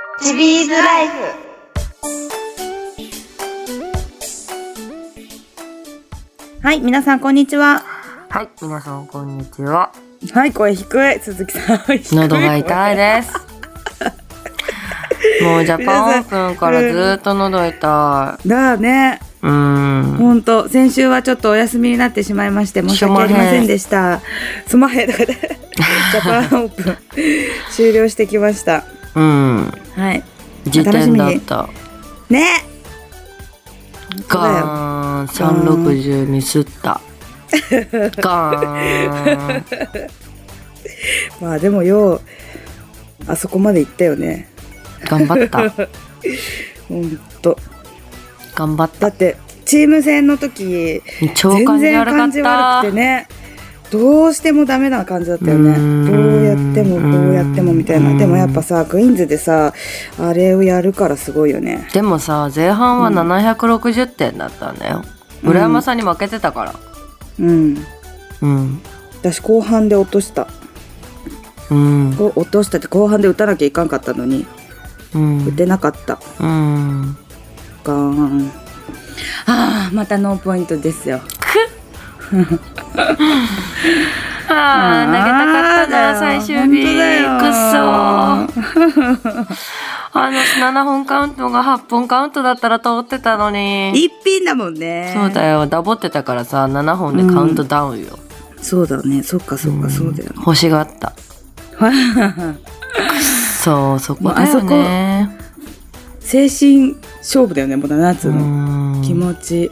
ズライフはい、皆さんこんにちは。はい、皆さんこんにちは。はい、声低い。鈴木さ ん。低い喉が痛いです。もうジャパンオープンからずーっと喉痛い。だあね、うーん。ほんと、先週はちょっとお休みになってしまいまして、申し訳ありませんでした。すまへん。と かでジャパンオープン、終了してきました。うん。はい。時点だった。ねガーン。360ミスった。ガーン。まあでもよう、あそこまで行ったよね。頑張った。ほんと。頑張っだたっ。て、チーム戦の時、超全感じ然悪か感っじ悪くて。たねどうしてもダメな感じだったよねうーどんうやってもこうやってもみたいうなんでもやっぱさクイーンズでさあれをやるからすごいよねでもさ、前半は760点だったんだよ。うん村山さんに負けてたから。うんうん。私後半で落としたうん。こう落としたって後半で打たなきゃいかんかったのにうん打。てなかったうん。ガーンあーまたノーポイントですよああ、投げたかったな、あー最終日。くだっそよ本当だよー。あの、7本カウントが8本カウントだったら通ってたのに。一品だもんねそうだよ、ダボってたからさ、7本でカウントダウンよ。そうだねそっかそっかそうだよね欲しが った。そう、そこだよね。精神勝負だよねもう7つうのん気持ち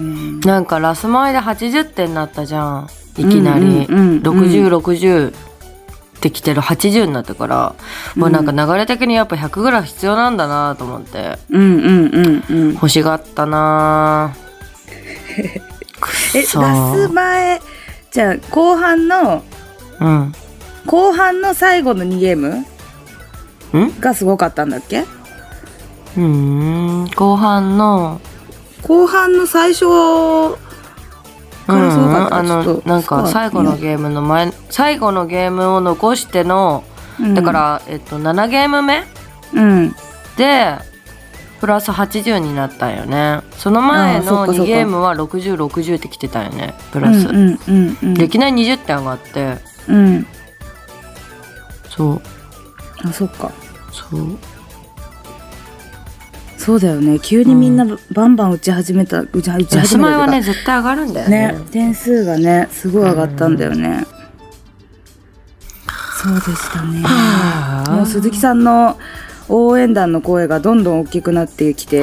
うんなんかラス前で80点になったじゃん。いきなり。うんうんうん60、60。ってきてる80になったから、もうなんか流れ的にやっぱ100ぐらい必要なんだなと思ってうんうんうんうん。欲しがったなぁくっ え、そラス前、じゃあ後半の、うん後半の最後の2ゲームんがすごかったんだっけうーん後半の後半の最初からすごかった。うんちあょっのとなんか最後のゲゲームの前最後のゲームを残しての、ームだか、ら、えっと、7ゲーム目うん。でプラス80になったんよねその前あーそっのかそっか2ゲームは6060ってきてたんよねププラス、うんうんうん。でいきなり20点上がってうん。そうあ、そっか。そうそうだよね。急にみんなバンバン打ち始めた、打ち打ちラ始スめ前はた。ね絶対上がるんだよ ね、点数がね、すごい上がったんだよね。そうでしたね。もう鈴木さんの応援団の声がどんどん大きくなってきて、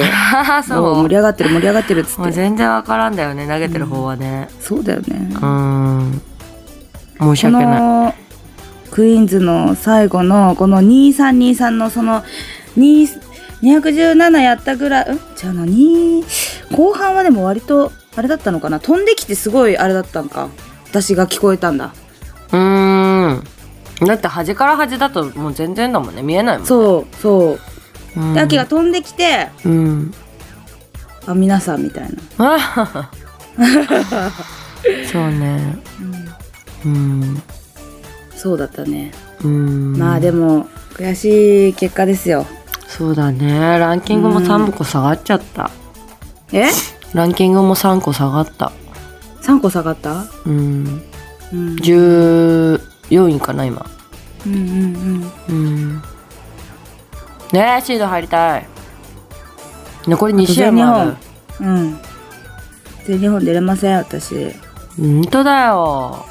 もああ、そう盛り上がってる盛り上がってるっつもうって。全然わからんだよね投げてる方はねそうだよね。うーん申しこ訳ないのクイーンズの最後のこの2323のその2 217やったぐらい、うんじゃあな、に後半はでも割とあれだったのかな飛んできてすごいあれだったんか。私が聞こえたんだ。うーんだって端から端だともう全然だもんね見えないもんそうそう。うんで、アキが飛んできて、うん あ、皆さんみたいな。あははそうねうんそうだったね。うんまあでもも、悔しい結果ですよ。そうだねランキングも3個下がっちゃったえランキングも3個下がった3個下がったうんうん。 14位かな今うんうんうん。うんねえシード入りたい残り2試合全日もある本。うん。全日本出れません、私。本当だよ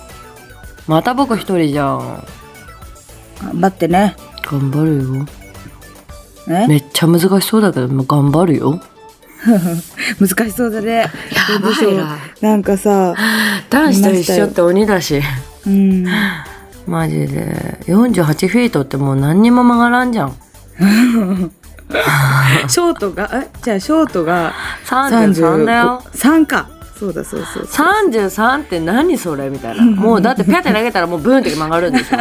また僕一人じゃん頑張ってね。頑張るよえめっちゃ難しそうだけどまあ頑張るよ難しそうだね。やばいななんかさ、男子と一緒って鬼だしうん。マジで48フィートってもう何にも曲がらんじゃんショートが、えじゃあショートが33だよ3か。そうだそうそうそう。 33って何それみた いなもうだってピャって投げたらもうブーンって曲がるんですよ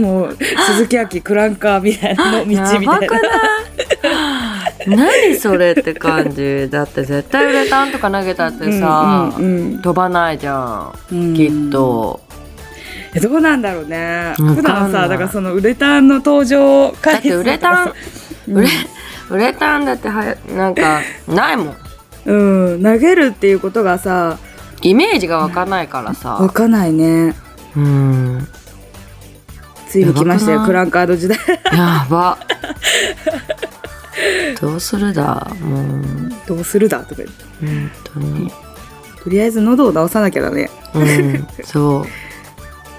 もう、鈴木明クランカーみたいなの道みたやいばな。くない 何それって感じだって絶対ウレタンとか投げたってさ、うんうんうん飛ばないじゃうん、んきっとえどうなんだろうねわかんない普段さだからそのウレタンの登場だ回って数ウとかレタンさウレウレタンだってはやなんかないもんうん投げるっていうことがさイメージが湧かないからわさかんないねうんついに来ましたやばくなよクラいンカード時代 やばどうするだもうどうするだとか言って本当にとりあえず喉を治さなきゃだねうんそう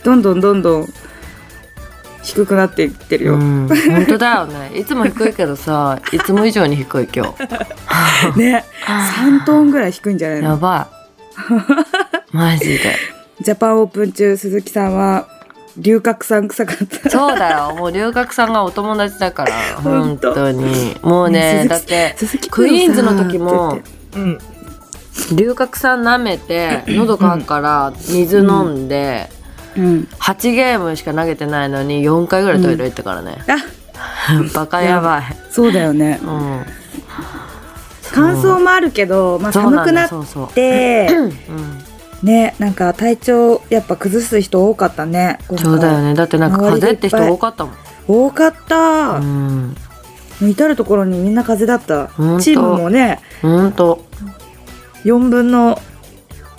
どんどんどんどん低くなっていってるよ、うねん、本当だよねいつも低いけどさいつも以上に低い今日3トーンぐらい低いんじゃないやのばいマジでジャパンオープン中鈴木さんは龍角散臭かったそうだよもう龍角さんがお友達だから本本当当にもうねだって 鈴木ク君イーンズのさ時もって言って龍角さん舐めて喉乾くから水飲んで、うん、うん、 8ゲームしか投げてないのに4回ぐらいトイレ行ったからね、あバカやばい、そうだよねうん、乾燥もあるけど、まあ、そう寒なくんなだっそうそう、てうん、ねなんか体調やっぱ崩す人多かったね今回そうだよねだってなんか風邪って人周りがいっぱい多かったもん多かった、もうんう至る所にみんな風邪だったほんとチームもねほんと4分の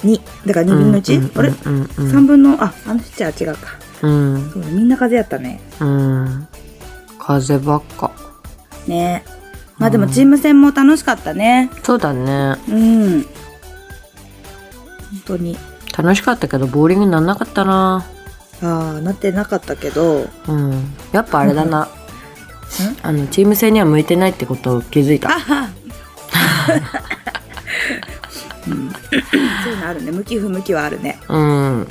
2だから2分の 1?、あれうんうんうん3分のああの人じゃ違うかうんそうだみんな風邪やったねうん風ばっかねまあでもチーム戦も楽しかったねそうだねうん本当に楽しかったけどボーリングになんなかったなああなってなかったけどうんやっぱあれだなあのチーム戦には向いてないってことを気づいたあうん、そういうのあるね向き不向きはあるね、うんうん、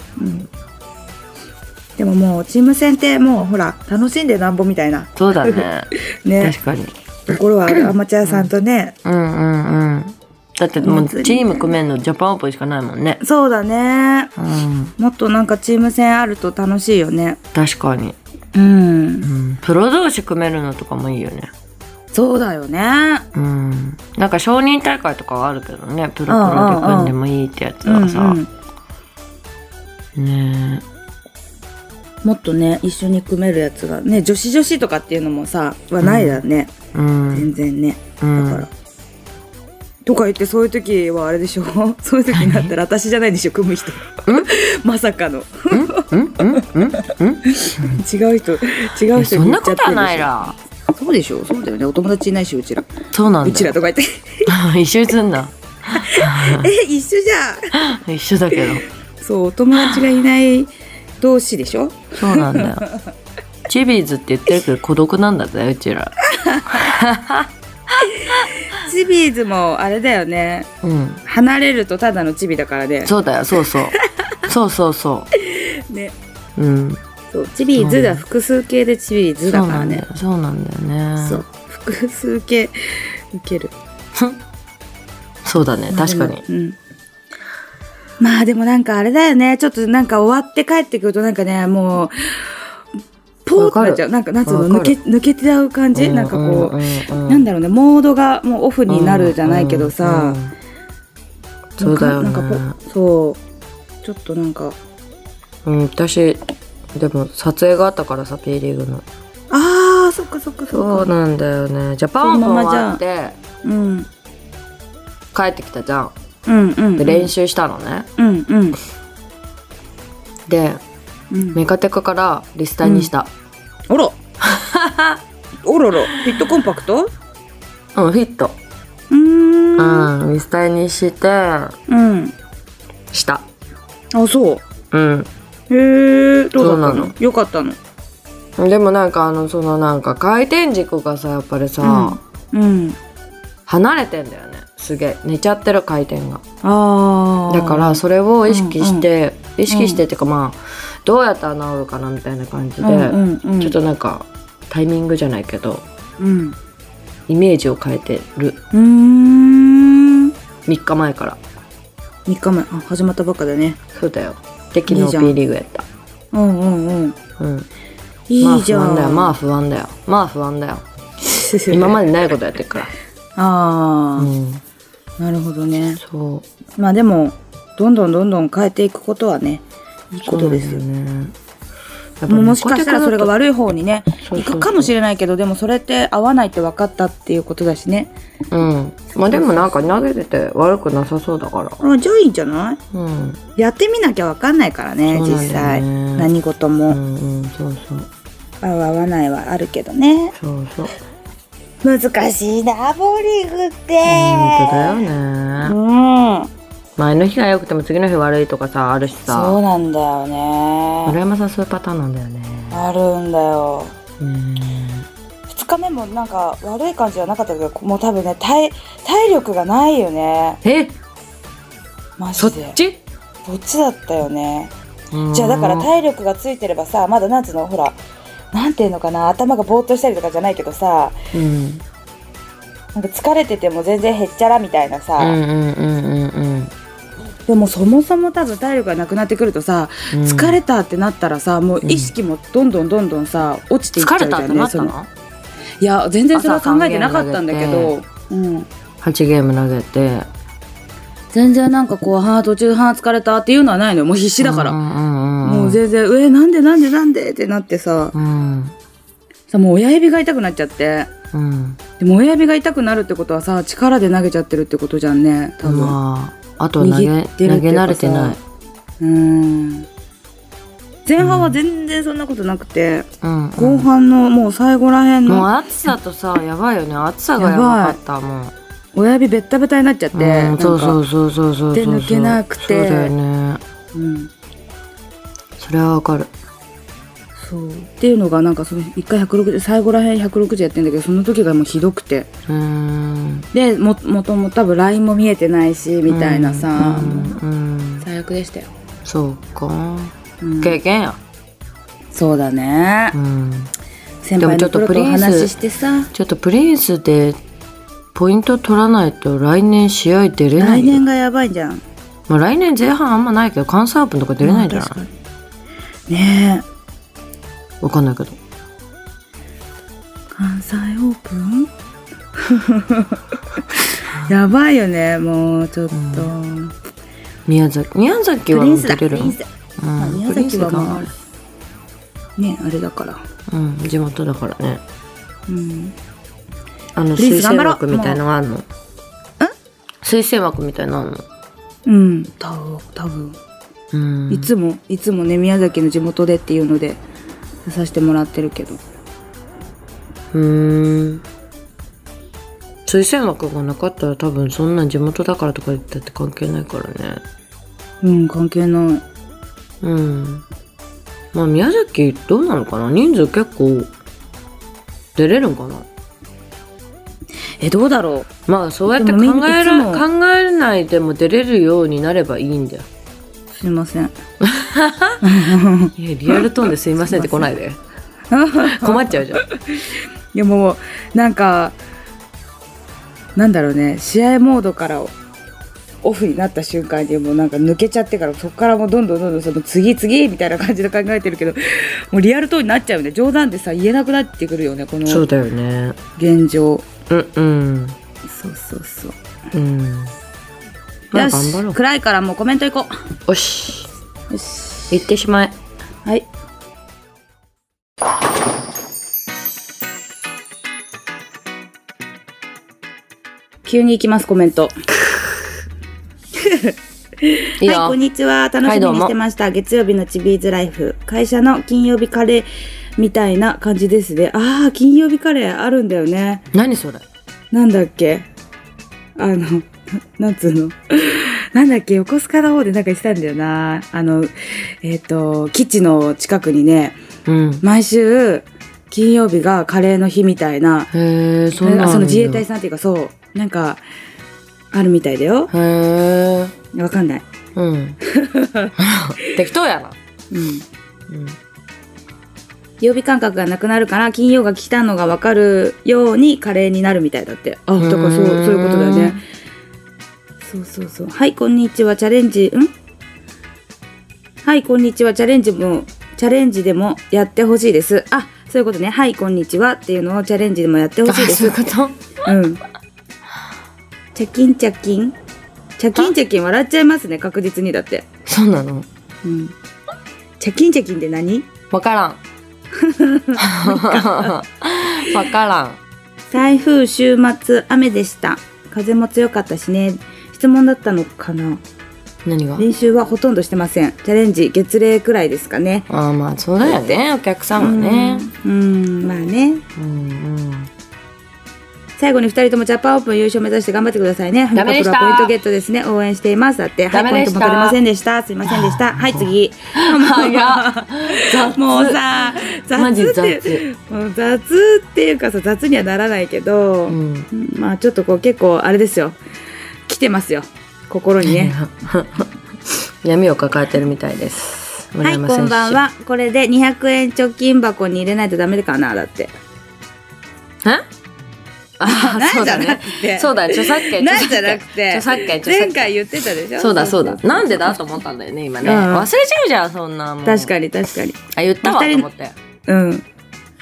でももうチーム戦ってもうほら楽しんでなんぼみたいなそうだね ね確かにところはあるアマチュアさんとね、うんうんうんだってもう祭りチーム組めんのジャパンオープンしかないもんねそうだねうんもっとなんかチーム戦あると楽しいよね確かに、うんうん、プロ同士組めるのとかもいいよねそうだよねうんなんか承認大会とかはあるけどねプロプロで組んでもいいってやつはさ、うんうんねもっとね一緒に組めるやつがね女子女子とかっていうのもさはないだね、えうん全然ねうだんから、とか言ってそういう時はあれでしょ そういう時になったら私じゃないでしょ組む人 まさかのうんうんうんうん違う人違う人に言っちゃってるでえしょそんなことはないらそうでしょそうだよねお友達いないしうちらそうなんだうちらとか言って 一緒にすんな え一緒じゃ一緒だけどんそうお友達がいない同士でしょそうなんだよチビーズって言ってるけど孤独なんだぜうちらチビーズもあれだよねうん離れるとただのチビだからねそうだよそうそうそうそうそねううんそうチビーズでは複数形でチビーそうズだかならんだねよそうなんだよねそう複数形受ける そうだね確かにうんまあでもなんかあれだよねちょっとなんか終わって帰ってくるとなんかねもうポーってなっちゃうなんかなんつうのわ抜かける抜けちゃう感じ、うなんかこう、ううなんだろうねモードがもうオフになるじゃないけどさ、うんうんそうだよなねんかなんかこうそうちょっとなんかうん、私でも撮影があったからさ P リーグのあーそっかそっかそそうっかなんだよねジャパンオープンそのままじ終ゃわあってうん帰ってきたじゃんうんうんで練習したのね、うんうんでうんメカテカからリスタにした、おろ おろろフィットコンパクトうんフィット、うーんうんリスタにしてうんしたあそううんへえどうだったのそうなのよかったのでもなんかあのそのなんか回転軸がさやっぱりさ、うん離れてんだよねすげえ寝ちゃってる回転がああだからそれを意識して、意識してっていうかまあどうやったら治るかなみたいな感じで、うんうんうん、ちょっとなんかタイミングじゃないけどうんうイメージを変えてるーん3日前から三日前あ始まったばっかだねそうだよで昨いい日じゃん B リーグやったうんうんうんうんまいあいじ不ゃ安ん、だよ まあ不安だよまあ不安だよ今までないことやってるかあらあ、うんなるほどねそうまあでもどんどんどんどん変えていくことはねいいことですよそうなんだよねやっぱもうもしかしたらそれが悪い方にねそうそう行そくうかもしれないけどでもそれって合わないって分かったっていうことだしねうんまあでもなんか投げてて悪くなさそうだからあじゃあいいんじゃないうんやってみなきゃ分かんないからねそうなん実だよね際何事うも、んうんそうそう合う合わないはあるけどねそうそう難しいなボーリングって本当だよねうん前の日が良くても次の日悪いとかさあるしそうさなんだよ村ね山さんそういうパターンなんだよねあるんだよね2日目もなんか悪い感じはなかったけどもう多分ね体体力がないよねえマそジっでちこっちだったよねじゃあだから体力がついてればさまだなんつうのほらなんていうのかな頭がぼーっとしたりとかじゃないけどさうんなんか疲れてても全然へっちゃらみたいなさ、うんうんうんうんうんでもそもそも多分体力がなくなってくるとさ、うん疲れたってなったらさもううん意識もどんどんどんどんさ落ちていっちゃう疲じゃれんねたってなったそのいや全然それは考えてなかったんだけど、うん、 8ゲーム投げて全然なんかこうはあ途中半疲れたっていうのはないのよもう必死だから、うんうんうんもう全然「えなんでなんでなんで?」ってなってさうんさもう親指が痛くなっちゃってうんでも親指が痛くなるってことはさ力で投げちゃってるってことじゃんね多分、まああとは投げ握ってるっ投ていげうかさ慣れてないうん前半は全然そんなことなくて、うんうん後半のもう最後らへんもうの暑さとさやばいよね暑さがやばかったもん親指ベッタベタになっちゃって、うんそうそなんうかそうそうそうそうで抜けなくてそうだよねうんそれはわかるそうっていうのがなんかその1回160最後らへん160やってんだけどその時がもうひどくてうーんでももともと多分 LINE も見えてないしみたいなさ、うんうん最悪でしたよ、そうかうん経験やそうだね、うん先輩でのもちプょっとロプとリおンス話ししてさちょっとプリンスでポイント取らないと来年試合出れな来いよ年がやばいじゃんまあ来年前半あんまないけど関西オープンとか出れないんじゃまあな確いかにねえわかんないけど関西オープ ンやばいよねもうちょっと、宮崎宮崎プはリもンうス出だプれるリのンスだまあうん宮プリン崎スはがまあねあれだからうん地元だからねうんあのプリン推ス頑張薦ろう枠みたいのがあるの推薦枠みたいなのあるのうん多分多分うんいつもいつもね宮崎の地元でっていうので出させてもらってるけどうーん推薦枠がなかったら多分そんな地元だからとか言ったって関係ないからねうん関係ないうんまあ宮崎どうなのかな人数結構出れるんかなえどうだろまあそうやっでて考もみんえいつらも考えないでも出れるようになればいいんだようすいませんいやリアルトーンですいませんって来な いで困っちゃうじゃんでもなんかなんだろうね試合モードからオフになった瞬間にもうなんか抜けちゃってからそこからもうどんどんどんどんその次次みたいな感じで考えてるけどもうリアルトーンになっちゃうよね冗談でさ言えなくなってくるよねこのそうだよね現状うんうんそうそうそううんまあよ頑張ろし暗いからもうコメントいこうよしうよし行ってしまえはい急に行きますコメントいいよ、はい、こんにちは。楽しみにしてました。月曜日のチビーズライフ。会社の金曜日カレーみたいな感じですね。ああ、金曜日カレーあるんだよね。何それなんだっけあの、 ななんつうの なんだっけ横須賀の方でなんかしたんだよな。あの、えっ、と、基地の近くにね、うん毎週金曜日がカレーの日みたいな、へえ、そんなあんあそるのんだ自衛隊さんっていうかそう、なんか、あるみたいだよ。へえ、わかんない。うん。 適当やな。うん。うん。曜日感覚がなくなるから金曜が来たのが分かるようにカレーになるみたいだってあだからそうそううーんいうことだよねそうそうそうはいこんにちはチャレンジんはいこんにちはチャレンジもチャレンジでもやってほしいですあそういうことねはいこんにちはっていうのをチャレンジでもやってほあ、しいでそすういうことうんチャキンチャキンチャキンチャキン笑っちゃいますね確実にだってそうなのうんチャキンチャキンって何わから んわからん台風週末雨でした風も強かったしね質問だったのかな何が練習はほとんどしてませんチャレンジ月例くらいですかねああまあそうだよねお客さんはねうんうんまあねうんうん最後に2人ともジャパンオープン優勝目指して頑張ってくださいね。ダメでしハミカプロたはポイントゲットですね。応援しています。だって、はい、ダポメインでトしたも取れませんでした。すいませんでした。はい、次。早っ もうさ、マジ雑って雑もう雑っていうかさ、雑にはならないけど、うんまあちょっとこう結構あれですよ。来てますよ。心にね。闇を抱えてるみたいですはい、こんばんは。これで200円貯金箱に入れないとダメかな、だって。えあなーいそうだじゃなねくてそうだ著作 権ないじゃなくて著作権著作前権回言ってたでしょそうだそうだなんでだと思ったんだよね今ねうん忘れちゃうじゃんそんなもん確にかに確かに。あ言ったわと思ってうん。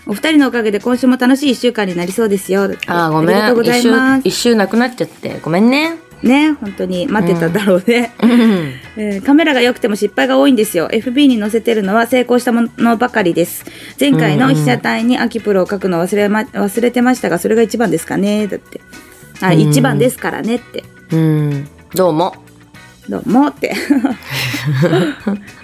お二人のおかげで今週も楽しい一週間になりそうですよ。あーごありめがとうんご一ざいま周す一。周なくなっちゃってごめんねね、本当に待ってただろうね。うんえーカメラが良くても失敗が多いんですよ。FB に載せてるのは成功したものばかりです。前回の被写体に秋プロを書くの忘れま、忘れてましたが、それが一番ですかねだって。あ、うん一番ですからねって。うんどうもどうもっ て。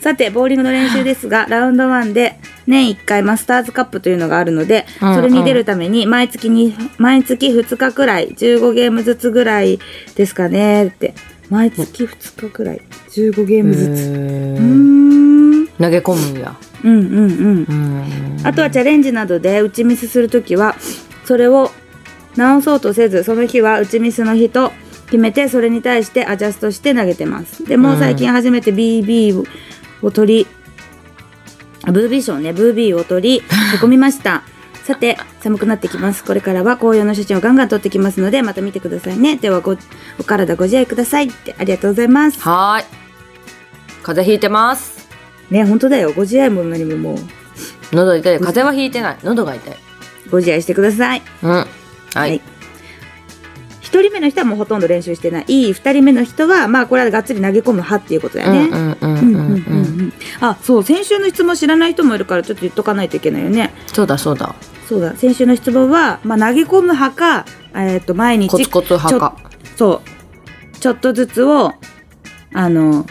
さて、ボーリングの練習ですが、ラウンド1で年1回マスターズカップというのがあるので、うんうんそれに出るために毎月に、毎月2日くらい、15ゲームずつぐらいですかねって。毎月2日くらい、15ゲームずつ。うーつん。投げ込むんやうんうんうん。うんあとはチャレンジなどで打ちミスするときは、それを直そうとせず、その日は打ちミスの日と決めて、それに対してアジャストして投げてます。でもう最近初めて BB を取り、あブービー賞ね、ブービーを取り、囲みました。 さて、寒くなってきます。これからは紅葉の写真をガンガン撮ってきますので、また見てくださいね。ではご、お体ご自愛くださいって、ありがとうございます。はーい風邪ひいてますね、本当だよ。ご自愛も何ももう、喉痛い風邪はひいてない喉が痛いご自愛してください。うんははいい一人目の人はもうほとんど練習してない。二人目の人は、まあこれはがっつり投げ込む派っていうことだようんね。うんううんんうんううんうんんあ、そう、先週の質問知らない人もいるからちょっと言っとかないといけないよね。そうだそうだそうだ、先週の質問は、まあ投げ込む派か、えっ、と、毎日、コツコツ派かそう、ちょっとずつを、あの、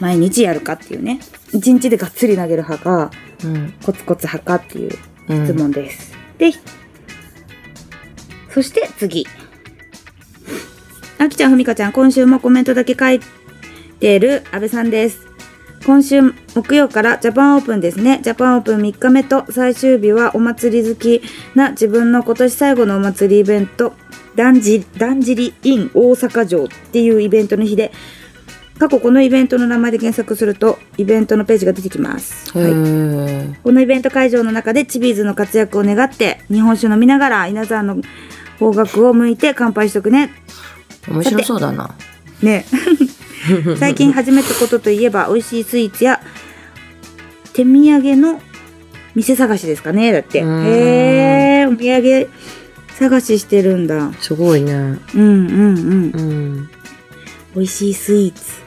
毎日やるかっていうね。一日でがっつり投げる派か、うんコツコツ派かっていううん質問です。で、そして次。あきちゃん、ふみかちゃん、今週もコメントだけ書いてる安部さんです。今週木曜からジャパンオープンですね。ジャパンオープン3日目と最終日はお祭り好きな自分の今年最後のお祭りイベント、だんじだんじり in 大阪城っていうイベントの日で、過去このイベントの名前で検索するとイベントのページが出てきます。へはいーこのイベント会場の中でチビーズの活躍を願って日本酒飲みながら稲沢の方角を向いて乾杯しとくね。面白そうだな ね最近始めたことといえば美味しいスイーツや手土産の店探しですかねだって。へうーんえお土産探ししてるんだ。すごいねうんうんうん。うん美味しいスイーツ。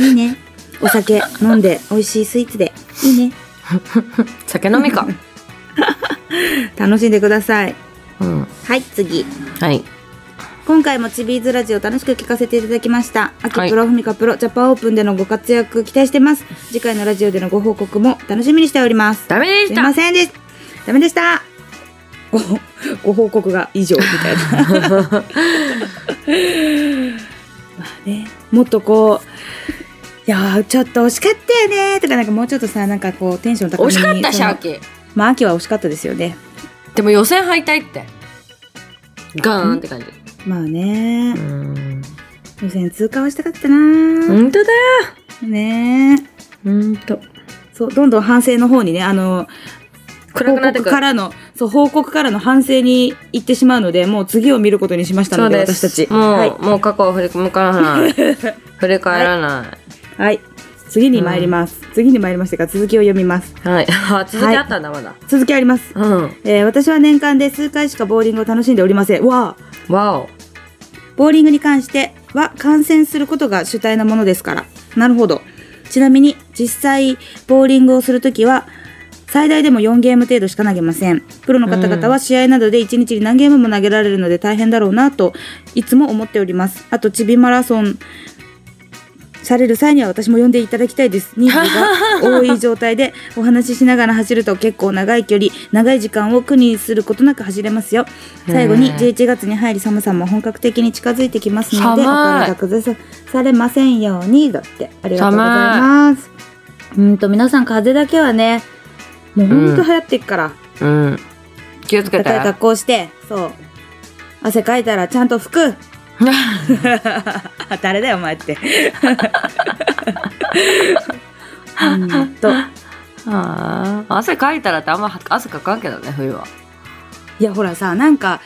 いいね。お酒飲んで美味しいスイーツで。いいね。酒飲 みか楽しんでください。うんはい、次。はい今回もチビーズラジオ楽しく聞かせていただきました。は秋いプロフミカプロ、ジャパンオープンでのご活躍期待してます。次回のラジオでのご報告も楽しみにしております。ダメですしいたませんでした。ダメでした。ご、ご報告が以上みたいな。ま あね、もっとこう、いやーちょっと惜しかったよねーとかなんかもうちょっとさなんかこうテンション高め惜にしかったシャーそのキーまあ秋は惜しかったですよねでも予選敗退ってガーンって感じまあうねん予選通過はしたかったなー本当だよねー本当そう、どんどん反省の方にね、あの、暗くなって報く告からの、そう、報告からの反省に行ってしまうので、もう次を見ることにしましたそのうで、で私すたち。もう、はい。もう過去を振り向からな い振り返らなはい。次に参ります。次に参りましたが、続きを読みます。いはい、あ続きあったんだまだ、続きあります。うんえー私は年間で数回しかボーリングを楽しんでおりません。わあわボーリングに関しては感染することが主体なものですから。なるほど。ちなみに実際ボーリングをするときは最大でも4ゲーム程度しか投げませんプロの方々は試合などで1日に何ゲームも投げられるので大変だろうなといつも思っておりますあとチビマラソンされる際には私も呼んでいただきたいです。人数が多い状態でお話ししながら走ると結構長い距離、長い時間を苦にすることなく走れますよ。最後にうん11月に入り寒さも本格的に近づいてきますの寒で、いお体崩さされませんように、だって。ありがとうございます。うんと、皆さん風邪だけはね、もうほんと流行ってっから、うん。気をつけ暖て。かい格好をして、そう。汗かいたらちゃんと拭 く。誰だよお前 って。うんとああ。汗かいたらってあんま汗かかんけどね、冬は。いやほらさなんか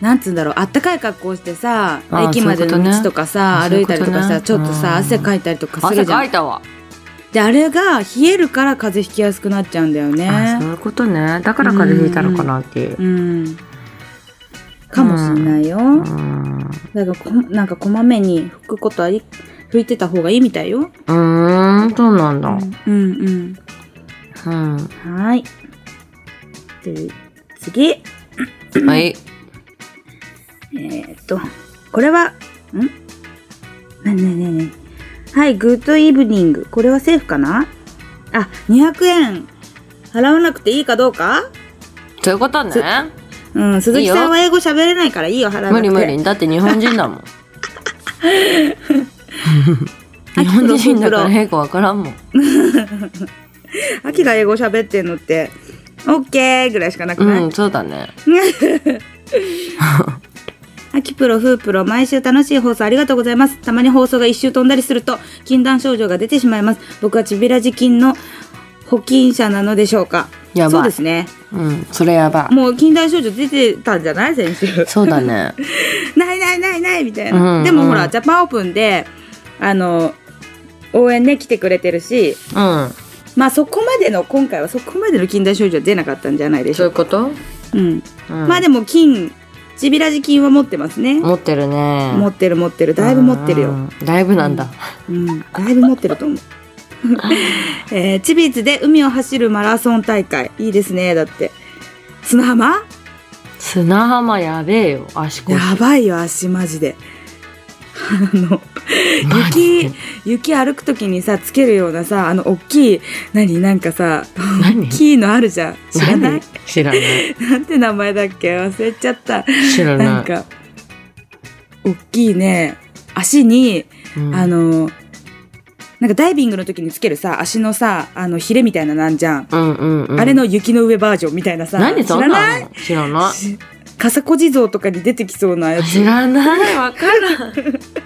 なんつうんだろうあったかい格好してさあー駅までそういのうことね道とかさあー歩いたりとかさちそうょいうっこととねさうん汗かいたりとかする汗じゃかんいたわ。であれが冷えるから風邪ひきやすくなっちゃうんだよあそねういうことね。だから風邪ひいたのかなっていう。うんかもしんないようん。だからこなんかこまめに拭くことはい拭いてた方がいいみたいようーん、そうなんだ。うんうんうん。はいで次はい。えーっと、これは、んなになになにはい、グッドイブニング。これはセーフかなあ、200円払わなくていいかどうかそういうことね。うん、鈴木いいさんよは英語喋れないからいいよ、払わなく無て。理無理。だって日本 人だもん。あ日本人だか黒ら黒英語わからんもん。アキが英語喋ってんのって、オッケーぐらいしかなくない、うん、そうだね。秋プロ、フープロ、毎週楽しい放送ありがとうございます。たまに放送が一周飛んだりすると、禁断症状が出てしまいます。僕はチビラジ菌の保菌者なのでしょうかやばいそうですね。うん、それやばい。もう禁断症状出てたんじゃない先週。そうだね。 ないないないないみたいな。うんでもほら、うんジャパンオープンで、あの、応援ね、来てくれてるし、うん。まあそこまでの、今回はそこまでの禁断症状は出なかったんじゃないでしそうょいううこと、か。うん。うん、まあでも、菌、チビラジ菌は持ってますね。持ってるね。持ってる持ってる。だいぶ持ってるよ。うん。だいぶなんだ。うん、だいぶ持ってると思う。 えー、チビーズで海を走るマラソン大会。いいですね。だって。砂浜砂浜やべえよ、足腰。やばいよ、足マジで。あの、マジで雪、雪歩くときにさ、つけるようなさ、あの、大きい、何、なんかさ、何大きいのあるじゃん。知らない何知らない。なんて名前だっけ忘れちゃった。知らない。なんか、大きいね、足に、うん、あの、なんかダイビングの時につけるさ、足のさ、あの、ヒレみたいななんじゃん。うんうんうん、あれの雪の上バージョンみたいなさ。何知そんらなないの知らない。し笠子地蔵とかに出てきそうなやつ。知らない。わか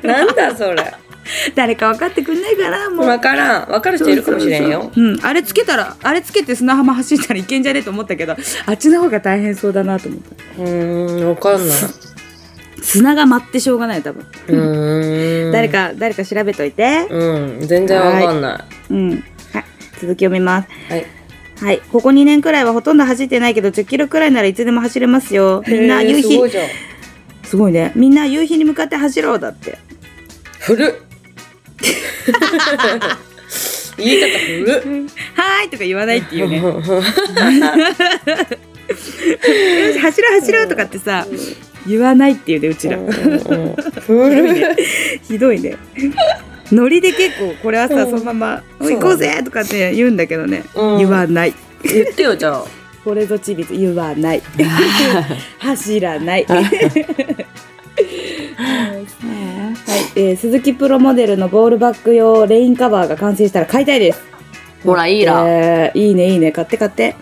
らん。なんだそれ。誰か分かってくんないかなもう。わからん。わかる人いるかもしれんよ。うん、あれつけたら、あれつけて砂浜走ったらいけんじゃねえと思ったけど、あっちの方が大変そうだなと思った。うーん、わかんない。砂が舞ってしょうがないよ、多分。うーん。誰。か、誰か調べといて。うん、全然わかんなうん。はい。続き読みます。い。はい。はい。ここ2年くらいはほとんど走ってないけど、10キロくらいならいつでも走れますよ。みんなへー夕すごい日、じゃん。すごいね。みんな夕日に向かって走ろうだって。古っ。はー言い方古っ。いとか言わないっていうね。よし、走ろう走ろうとかってさ、言わないっていうね、うちら。古い。ひどいね。ノリで結構これはさ、そのまま「おいそう行こうぜ!」とかって言うんだけどね、うん言わない言ってよじゃあ。これぞちびつ言わない 走らないはい、えー、鈴木プロモデルのボールバッグ用レインカバーが完成したら買いたいですほらいいら。えーいいねいいね買って買って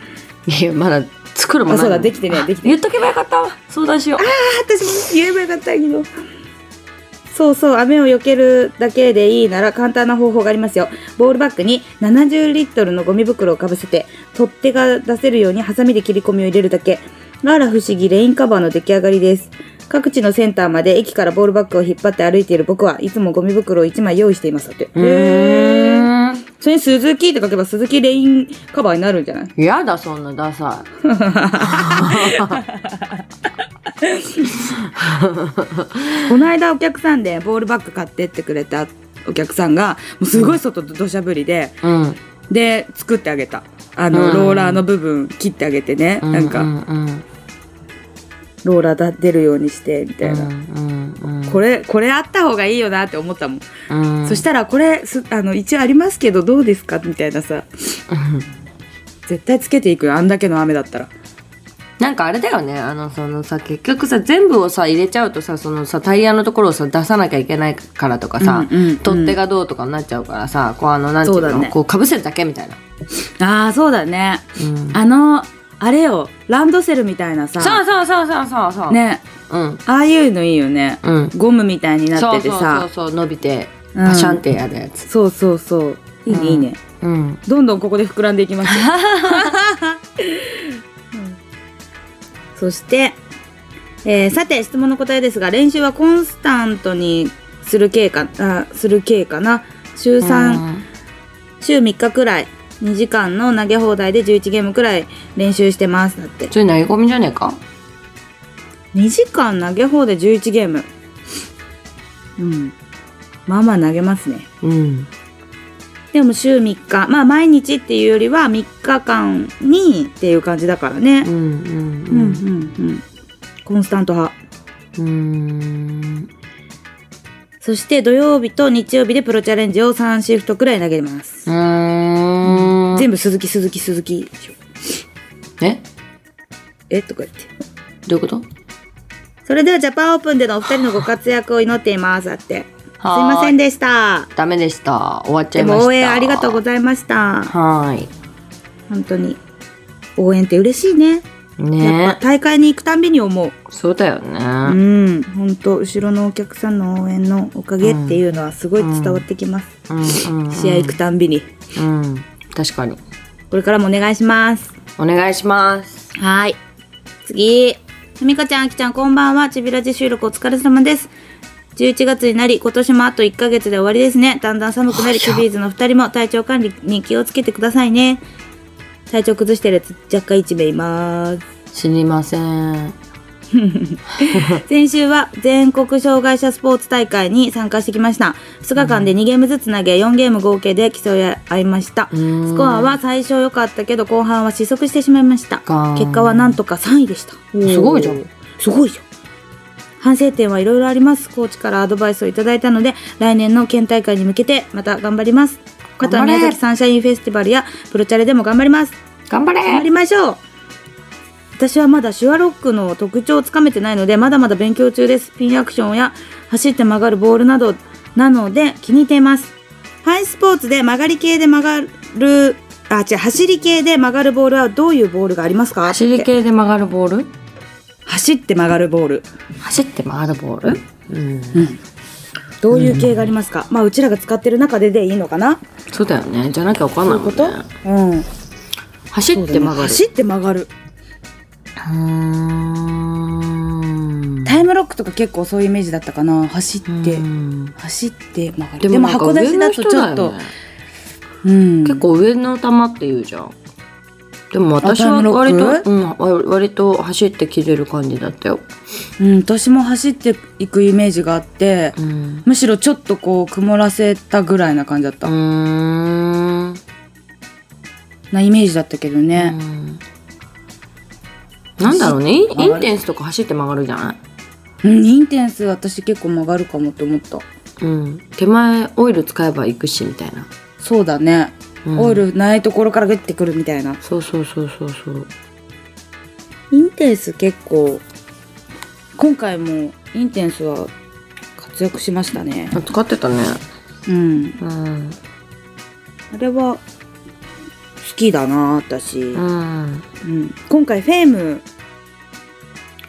いやまだ作るもんあそうだできてねできてね言っとけばよかったわ。相談しよう。あ私も言えばよかったけどそうそう雨を避けるだけでいいなら簡単な方法がありますよボールバッグに70リットルのゴミ袋をかぶせて取っ手が出せるようにハサミで切り込みを入れるだけあら不思議レインカバーの出来上がりです各地のセンターまで駅からボールバッグを引っ張って歩いている僕はいつもゴミ袋を1枚用意していますだってうーん。それに「鈴木」って書けば鈴木レインカバーになるんじゃないやだそんなダサこの間お客さんでボールバッグ買ってってくれたお客さんがもうすごい外土砂降りで、い。うん。で作ってあげたあの、うんローラーの部分切ってあげてね、うんなんか、うんうんローラーだ出るようにしてみたいな、うんうんうんこれこれあった方がいいよなって思ったもん、うんそしたらこれすあの一応ありますけどどうですかみたいなさうん絶対つけていくよあんだけの雨だったらなんかあれだよねあのそのさ結局さ全部をさ入れちゃうとさそのさタイヤのところをさ出さなきゃいけないからとかさ、うんうんうん取っ手がどうとかになっちゃうからさこうあのなんていうそうだのねこうかぶせるだけみたいな、あーそうだねうんあのあれよランドセルみたいなさそうそうそうそうそうそうねうんああいうのいいよね、うんゴムみたいになっそうててそうさそうそう伸びてうんパシャンってやるやつ、そうそうそういいね、うんいいねうん、どんどんここで膨らんでいきますよ、うん そして、えーさて質問の答えですが練習はコンスタントにする系かあする系かな週3、週3日くらい2時間の投げ放題で11ゲームくらい練習してますだってそれ投げ込みじゃねえか2時間投げ放題11ゲームうんまあまあ投げますねうんでも週3日まあ毎日っていうよりは3日間にっていう感じだからねうんううんうんんうんコンスタント派うんうんそして土曜日と日曜日でプロチャレンジを3シフトくらい投げます、うん全部鈴木鈴木鈴木でしょええとか言ってどういうことすいそれではジャパンオープンでのお二人のご活躍を祈っていますだってすいませんでしたダメでした終わっちでゃいましもた応援ありがとうございざいましたますはい本当に応援って嬉しいねやっねぱ大会に行くたんびに思うそうだよね、うん本当後ろのお客さんの応援のおかげっていうのはすごい伝わってきます、うんうん試合行くたんびにうん確かにこれからもお願いしますお願いしますはい。次。みかちゃん、あきちゃん、こんばんは。ちびらじ収録お疲れ様です。11月になり、今年もあと1ヶ月で終わりですね。だんだん寒くなり、チビーズの2人も体調管理に気をつけてくださいね。体調崩してるやつ若干1名います。死にません先週は全国障害者スポーツ大会に参加してきました。2日間で2ゲームずつ投げ、4ゲーム合計で競い合いました。うんスコアは最初良かったけど、後半は失速してしまいました。か結果はなんとか3位でした。すごいじゃん。すごいじゃん。反省点はいろいろあります。コーチからアドバイスをいただいたので、来年の県大会に向けてまた頑張ります。あとは頑張れ宮崎サンシャインフェスティバルやプロチャレでも頑張ります。頑張れ頑張りましょう。私はまだシュワロックの特徴をつかめてないので、まだまだ勉強中です。ピンアクションや走って曲がるボールなど、なので気に入っています。ハイスポーツで曲がり系で曲がる、あ、違う、走り系で曲がるボールはどういうボールがありますか走り系で曲がるボール走って曲がるボール。走って曲がるボールうん、どういう系がありますか、まあうちらが使ってる中ででいいのかなそうだよねじゃなきゃ分かんそなういいうもんこねとうん走って曲がる走って曲がるうーんタイムロックとか結構そういうイメージだったかな走って、うん走って曲がるででももなんか函上館のだと人ちょっだよと、ねうん、結構上の球って言うじゃんでも私はあタイムロ割ッと、うん、割割と走って切れる感じだったよ、うん、私も走っていくイメージがあって、うん、むしろちょっとこう曇らせたぐらいな感じだっうた、ーんなイメージだったけどね、なんだろうねイン曲がイるンテンスとか走って曲がるじゃないうん、インテンス私結構曲がるかもって思ったうん、手前オイル使えば行くしみたいな、そうだね、うんオイルないところからグッてくるみたいなそうそうそうそうそうインテンス結構今回もインテンスは活躍しましたねあ使ってたねうんうんあれは好きだな私、ううんん今回フェーム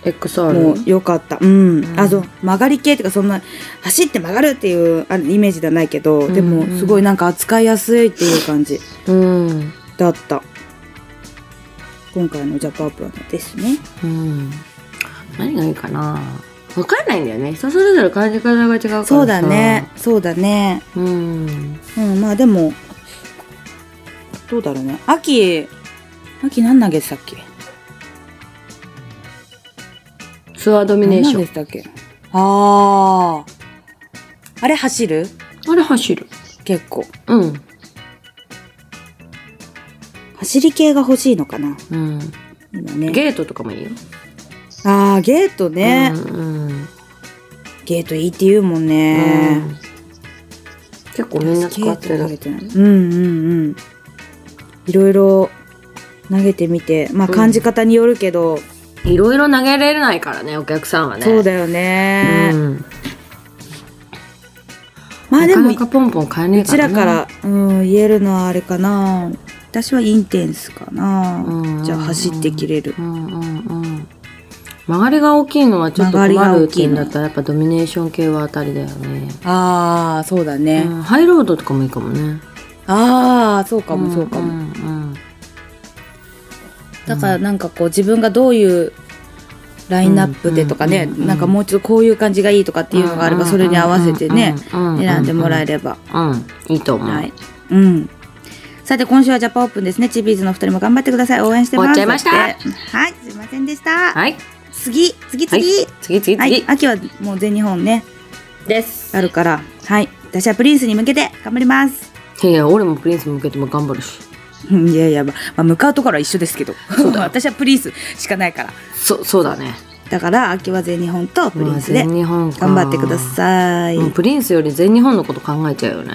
XR も良かったうん、うんあそう曲がり系っていうかそんな走って曲がるっていうあイメージではないけど、んでもすごいなんか扱いやすいっていう感じうん、だった今回のジャパープはですねうん、何がいいかな分かんないんだよね人それぞれ感じ方が違うからさそうだねそうだねうんうん、まあでも、どうだろうね。秋、秋何投げてたっけツアードミネー何シ投げョンてたっけあー。あれ走るあれ走る結構。うん走り系が欲しいのかなうん、今ねゲートとかもいいよ。あーゲートね、うんうんゲートいいって言うもんね、うん結構みんな使って投るげ。てないうんうんうんいろいろ投げてみてまあうん感じ方によるけど、いろいろ投げられないからね、お客さんはね。そうだよね、うんまあでなかもなかポンポン買えねえうかちら、らね。から、うん、言えるのはあれかな私はインテンスかな、うんじゃあ走って切れるうんうんうん。曲がりが大きいのはちょっと困曲がりがる大きいのんだったらやっぱドミネーション系は当たりだよね。ああそうだうね、ん、ハイロードとかもいいかもね。ああそうかもそうかも、んうんだからなんかこう自分がどういうラインナップでとかね、うんうんうんなんかもうちょっとこういう感じがいいとかっていうのがあればそれに合わせてね、選んでもらえる。れば、うん、いいと思う。はい、うん、さて今週はジャパンオープンですねチビーズのお二人も頑張ってください応援してます終わっちゃいまましたはいすいませんでした、はい。次次はい次、次次次、はい、秋はもう全日本ねです。あるからはい私はプリンスに向けて頑張ります いやいや、俺もプリンス向けても頑張るし。うんいやいや、まあ、向かうところは一緒ですけど 私はプリンスしかないからそ、そうだね。だから秋は全日本とプリンスでまあ全日本か頑張ってください、もうプリンスより全日本のこと考えちゃうよね。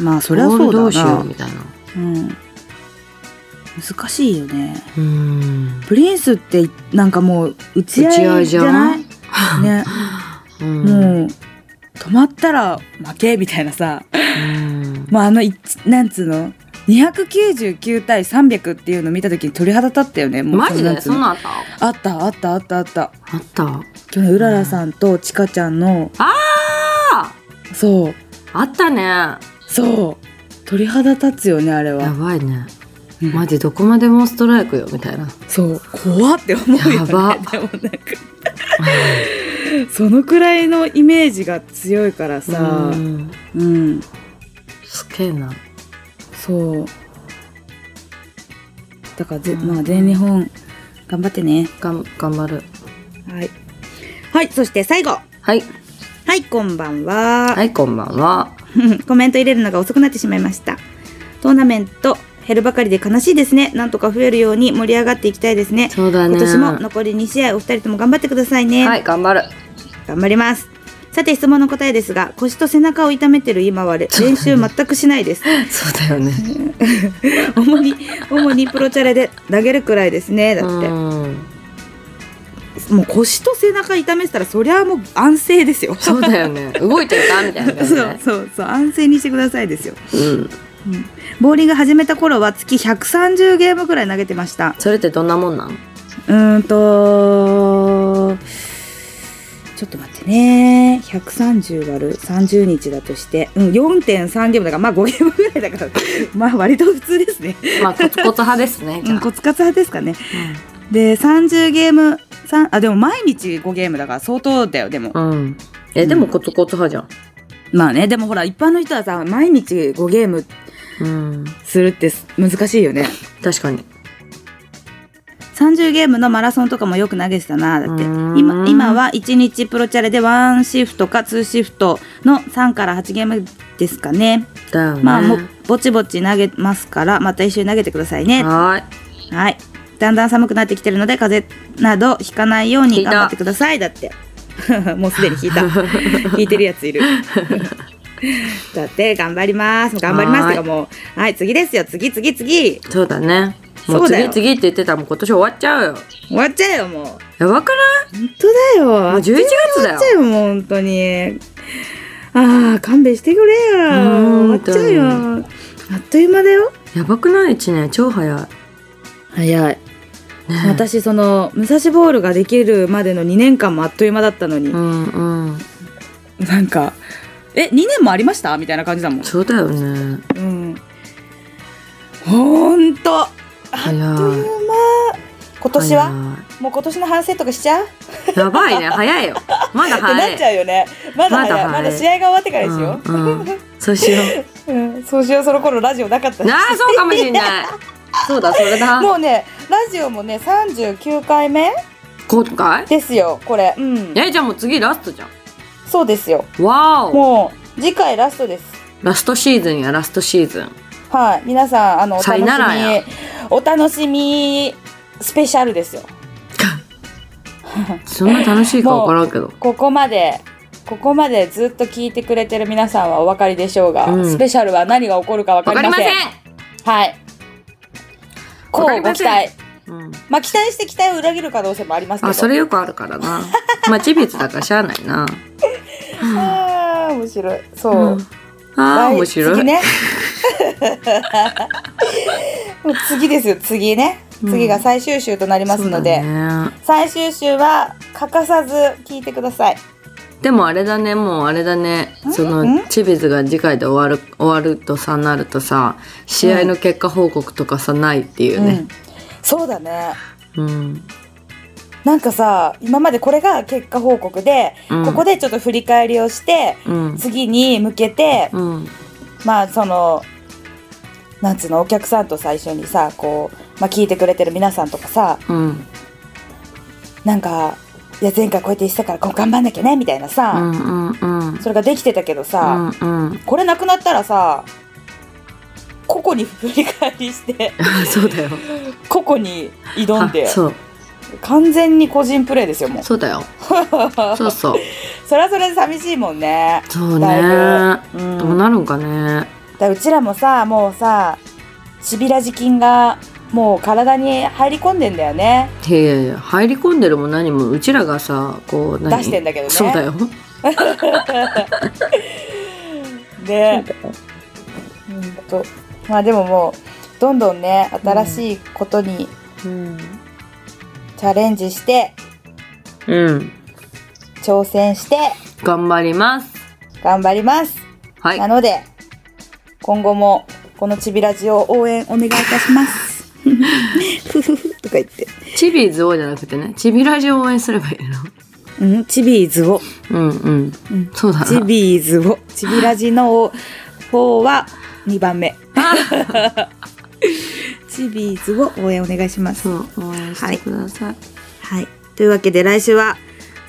まあそれはゴールどそううしだよなうみたいな。うん、難しいよねうーん。プリンスってなんかもう打ち合いじゃない打ち合いじゃないね、 うんもう止まったら負けみたいなさ うんまああの一なんつうの299対300っていうの見た時に鳥肌立ったよねもうマジでつそうんのなんあったあったあったあったあったあったあ去年うららさんとちかちゃんのあそうーあったね。やそう鳥肌立つよねあれは、ばいね。うんマジどこまでもストライクよみたいな。そう怖って思うよねやばでもなんかそのくらいのイメージが強いからさうんうん、すげえな。そうだからぜ、うんまあ全日本頑張ってねがん頑張る。はいはいそして最後はい。はいこんばんは、はい、こんばんは。 コメント入れるのが遅くなってしまいましたトーナメント減るばかりで悲しいですねなんとか増えるように盛り上がっていきたいですねそうだね。今年も残り2試合お二人とも頑張ってくださいね、はい、頑張る。頑張りますさて質問の答えですが腰と背中を痛めてる今はれ練習全くしない ですそうだよね。主に主にプロチャレで投げるくらいですねだってうん。もう腰と背中痛めてたらそりゃもう安静ですよそうだよね。動いてるかみたいな感じそう ね。そうそう安静にしてくださいですようん。ボーリング始めた頃は月130ゲームくらい投げてましたそれってどんなもんなんうーんとちょっと待ってね130割る30日だとして、うん、4.3ゲームだからまあ5ゲームぐらいだから まあ割と普通ですね、まあ、コツコツ派ですね。じうゃあん、コツカツ派ですかねで30ゲームさんあでも毎日5ゲームだから相当だよでも、うん。え、でもコツコツ派じゃん。まあねでもほら一般の人はさ毎日5ゲームうん。するってす難しいよね確かに。 30ゲームのマラソンとかもよく投げてたなだってうーん今今は1日プロチャレで1シフトか2シフトの3から8ゲームですかねだよね。まあもうぼちぼち投げますからまた一緒に投げてくださいねははいだんだん寒くなってきてるので風邪などひかないようひいにた頑張ってくださいだって もうすでに 引いた引いてるやついるだって頑張ります頑張りますはてーいかもうはい次ですよ次次次ーい。そうだね。もそううだ次よ次って言ってたらもう今年終わっちゃうよ。終わっちゃえよもうやばくない本当だよもう11月だ終わっちゃうよ。よもう本当にああ勘弁してくれよ終わ本っち当ゃうよあっという間だよやばくない ?1 年。超早い。早いね私その武蔵ボールができるまでの2年間もあっという間だったのに、うんうん。なんかえ2年もありましたみたいな感じだもんそうだよね。うんほんとあ早い。っという間今年はもう今年の反省とかしちゃう早いやばいね。早いよ。まっだてな 早っちゃい。うよねまだまだ早い早いまだ試合が終わってからにしようんうんそうしよう。う、うん、そうしようその頃ラジオな かったしなあ、そうかもしん ない。そうだ、それだ。もうね、ラジオもね、39回目今回ですよ、これ。うん。やいちゃんもう次ラストじゃん。そうですよ。わお。もう、次回ラストです。 ラストシーズンや、ラストシーズン。はい。皆さん、あの、お楽しさみいならやに。お楽しみスペシャルですよ。そんな楽しいかわからんけど。ここまでここまでずっと聞いてくれてる皆さんはお分かりでしょうが、うんスペシャルは何が起こるか分わかかりりまませんせんはいこうわかりごま期せん待うんまあ期待して期待を裏切る可能性もありますけどあ、それよくあるからな。まあ、ちびつだからしゃあないな。あー面白いそう、うんああ、来面白次い。 ねもう次ですよ次ねうん次が最終週となりますので、そうだね最終週は欠かさず聞いてくださいでもあれだね、もうあれだね。そんの、チビズが次回で終わる、終わるとさ、なるとさ、試合の結果報告とかさ、ないっていううね。ん、そうだねうん。なんかさ今までこれが結果報告で、うんここでちょっと振り返りをしてうん。次に向けて、うん。まあそのなんつうのお客さんと最初にさこう、まあ、聞いてくれてる皆さんとかさうん。なんかいや前回こうやってしたからこう頑張んなきゃねみたいなうさ、んうんうんそれができてたけどうさ、んうんこれなくなったらさ個々に振り返りして そうだよ個々に挑んあでそう完全に個人プレーですよもうそうだよそうそうそれはそれで寂しいもんねそうだねうんどうなるんかねだうちらもさもうさシビラジ菌がもう体に入り込んでんだよねいやいやいや入り込んでるも何もうちらがさこう何出してんだけどねそうだよでうんとまあでももうどんどんね新しいことにうん、チャレンジして、うん、挑戦して頑張ります頑張ります、はいなので今後もこのチビラジを応援お願いいたします ふふふとか言ってチビーズをじゃなくてねチビラジを応援すればいういんチビーズをのうんうん、うんそうだチなビーズ をチビラジの方は2番 目チビーズを応援お願いしますそう応援してくださいはいというわけで来週は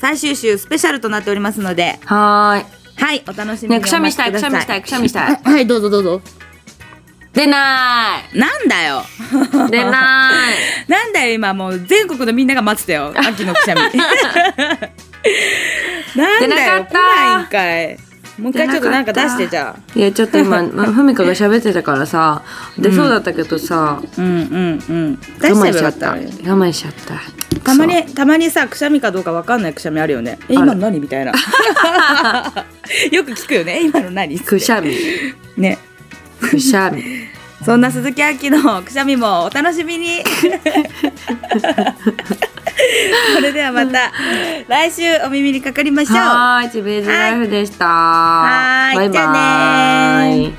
最終週スペシャルとなっておりますのではーいはいお楽しみにねおくしゃみ待しちたいくくだしさゃいみしたいくしゃみしたいはいはいどうぞどうぞ出ななんだよい出な なんだよ今もう全国のみんなが待ってた よ秋のくしゃみなんだよ出なかった来ないんかいもう一回ちょっとなんか出してじゃあいいやちょっと今まあふみかが喋ってたからさ出そうだったけどさ、うんうんうん出我して慢しちゃよかっったたの我に慢しちゃったたまにたまにさくしゃみかどうかわかんないくしゃみあるよねえある今の何みたい なよく聞くよねえ今の何そうくし ゃみねくしゃみそんな鈴木亜希のくしゃみもお楽しみ に それではまた来週お耳にかかりましょうはーい、チビーズライフでした。はーいバイバじゃあねーーイ。